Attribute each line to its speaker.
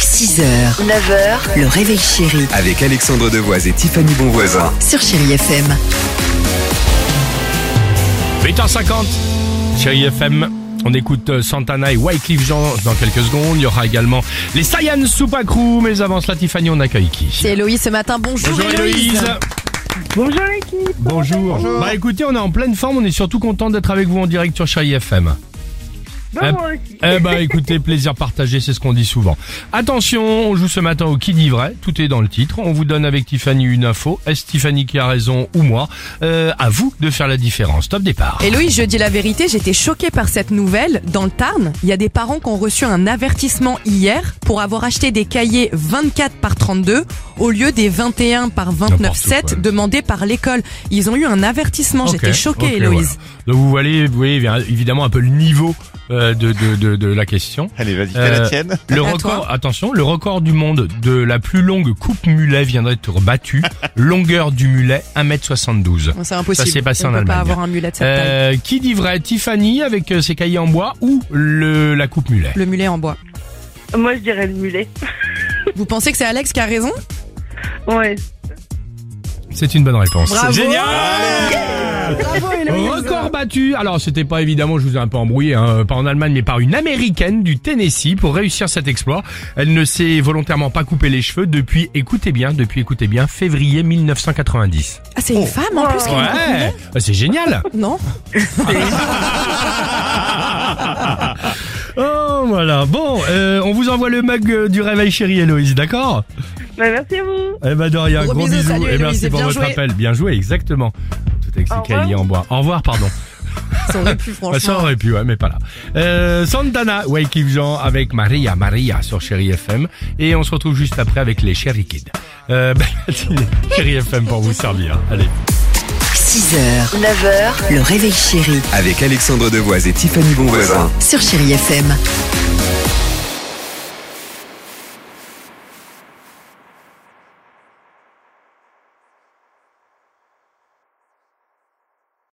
Speaker 1: 6h, 9h, le réveil chéri
Speaker 2: Avec Alexandre Devoise et Tiffany Bonvoisin.
Speaker 1: sur Chérie FM.
Speaker 3: 8h50, chérie FM. On écoute euh, Santana et Wycliffe Jean dans quelques secondes. Il y aura également les Sayan Soupacrou. Mais avant cela, Tiffany, on accueille qui
Speaker 1: C'est Héloïse ce matin, bonjour,
Speaker 4: Bonjour l'équipe.
Speaker 3: Bonjour. Bah écoutez, on est en pleine forme. On est surtout content d'être avec vous en direct sur Chérie FM.
Speaker 4: Bon,
Speaker 3: Ah,
Speaker 4: moi aussi.
Speaker 3: Eh bah écoutez, plaisir partagé, c'est ce qu'on dit souvent. Attention, on joue ce matin au qui dit vrai, tout est dans le titre. On vous donne avec Tiffany une info. Est-ce Tiffany qui a raison ou moi Euh, À vous de faire la différence. Top départ.
Speaker 5: Héloïse, je dis la vérité, j'étais choquée par cette nouvelle. Dans le Tarn, il y a des parents qui ont reçu un avertissement hier pour avoir acheté des cahiers 24 par 32 au lieu des 21 par 29
Speaker 3: N'importe quoi.
Speaker 5: 7 demandés par l'école. Ils ont eu un avertissement,
Speaker 3: Ok,
Speaker 5: j'étais choquée
Speaker 3: ok,
Speaker 5: Héloïse.
Speaker 3: voilà. Donc vous voyez, vous voyez bien, évidemment un peu le niveau euh, de, de, de, de la question.
Speaker 6: Allez, vas-y, fais
Speaker 3: Euh,
Speaker 6: la tienne.
Speaker 3: Le
Speaker 5: À
Speaker 3: record, attention, le record du monde de la plus longue coupe mulet viendrait d'être battu. Longueur du mulet, 1m72.
Speaker 5: C'est impossible.
Speaker 3: Ça s'est passé
Speaker 5: On
Speaker 3: en
Speaker 5: peut
Speaker 3: Allemagne.
Speaker 5: pas avoir un mulet de cette taille.
Speaker 3: Euh, qui dit vrai Tiffany avec euh, ses cahiers en bois ou le, la coupe mulet
Speaker 5: Le mulet en bois.
Speaker 4: Moi je dirais le mulet.
Speaker 5: Vous pensez que c'est Alex qui a raison
Speaker 4: Ouais.
Speaker 3: C'est une bonne réponse.
Speaker 5: Bravo.
Speaker 3: Record battu. Alors c'était pas évidemment, je vous ai un peu embrouillé, hein, pas en Allemagne, mais par une américaine du Tennessee pour réussir cet exploit. Elle ne s'est volontairement pas coupé les cheveux depuis, écoutez bien, depuis écoutez bien, février 1990.
Speaker 5: Ah, c'est une femme en plus qui a une coupe mulet
Speaker 3: Bah, c'est génial.
Speaker 5: Non
Speaker 3: Oh voilà. Bon, euh, on vous envoie le mug euh, du réveil chéri Héloïse, d'accord
Speaker 4: Bah merci à vous.
Speaker 3: Eh ben de rien,
Speaker 5: Gros
Speaker 3: gros
Speaker 5: bisous,
Speaker 3: bisous,
Speaker 5: salut,
Speaker 3: et
Speaker 5: Héloïse,
Speaker 3: merci
Speaker 5: et
Speaker 3: pour
Speaker 5: bien
Speaker 3: votre
Speaker 5: joué.
Speaker 3: appel. Bien joué, exactement. Tout avec ses
Speaker 4: Au
Speaker 3: cahiers en bois. Au revoir, pardon.
Speaker 5: Ça aurait pu
Speaker 3: Bah, ça
Speaker 5: franchement.
Speaker 3: aurait pu, ouais, mais pas là. Euh, Santana, Wycliffe Jean avec Maria, Maria sur Chéri FM. Et on se retrouve juste après avec les Chéri Kids. Euh, belle matinée. Chéri FM pour vous servir. Allez.
Speaker 1: 6h, 9h, le réveil chéri
Speaker 2: Avec Alexandre Devoise et Tiffany Bonvoisin.
Speaker 1: sur Chérie FM.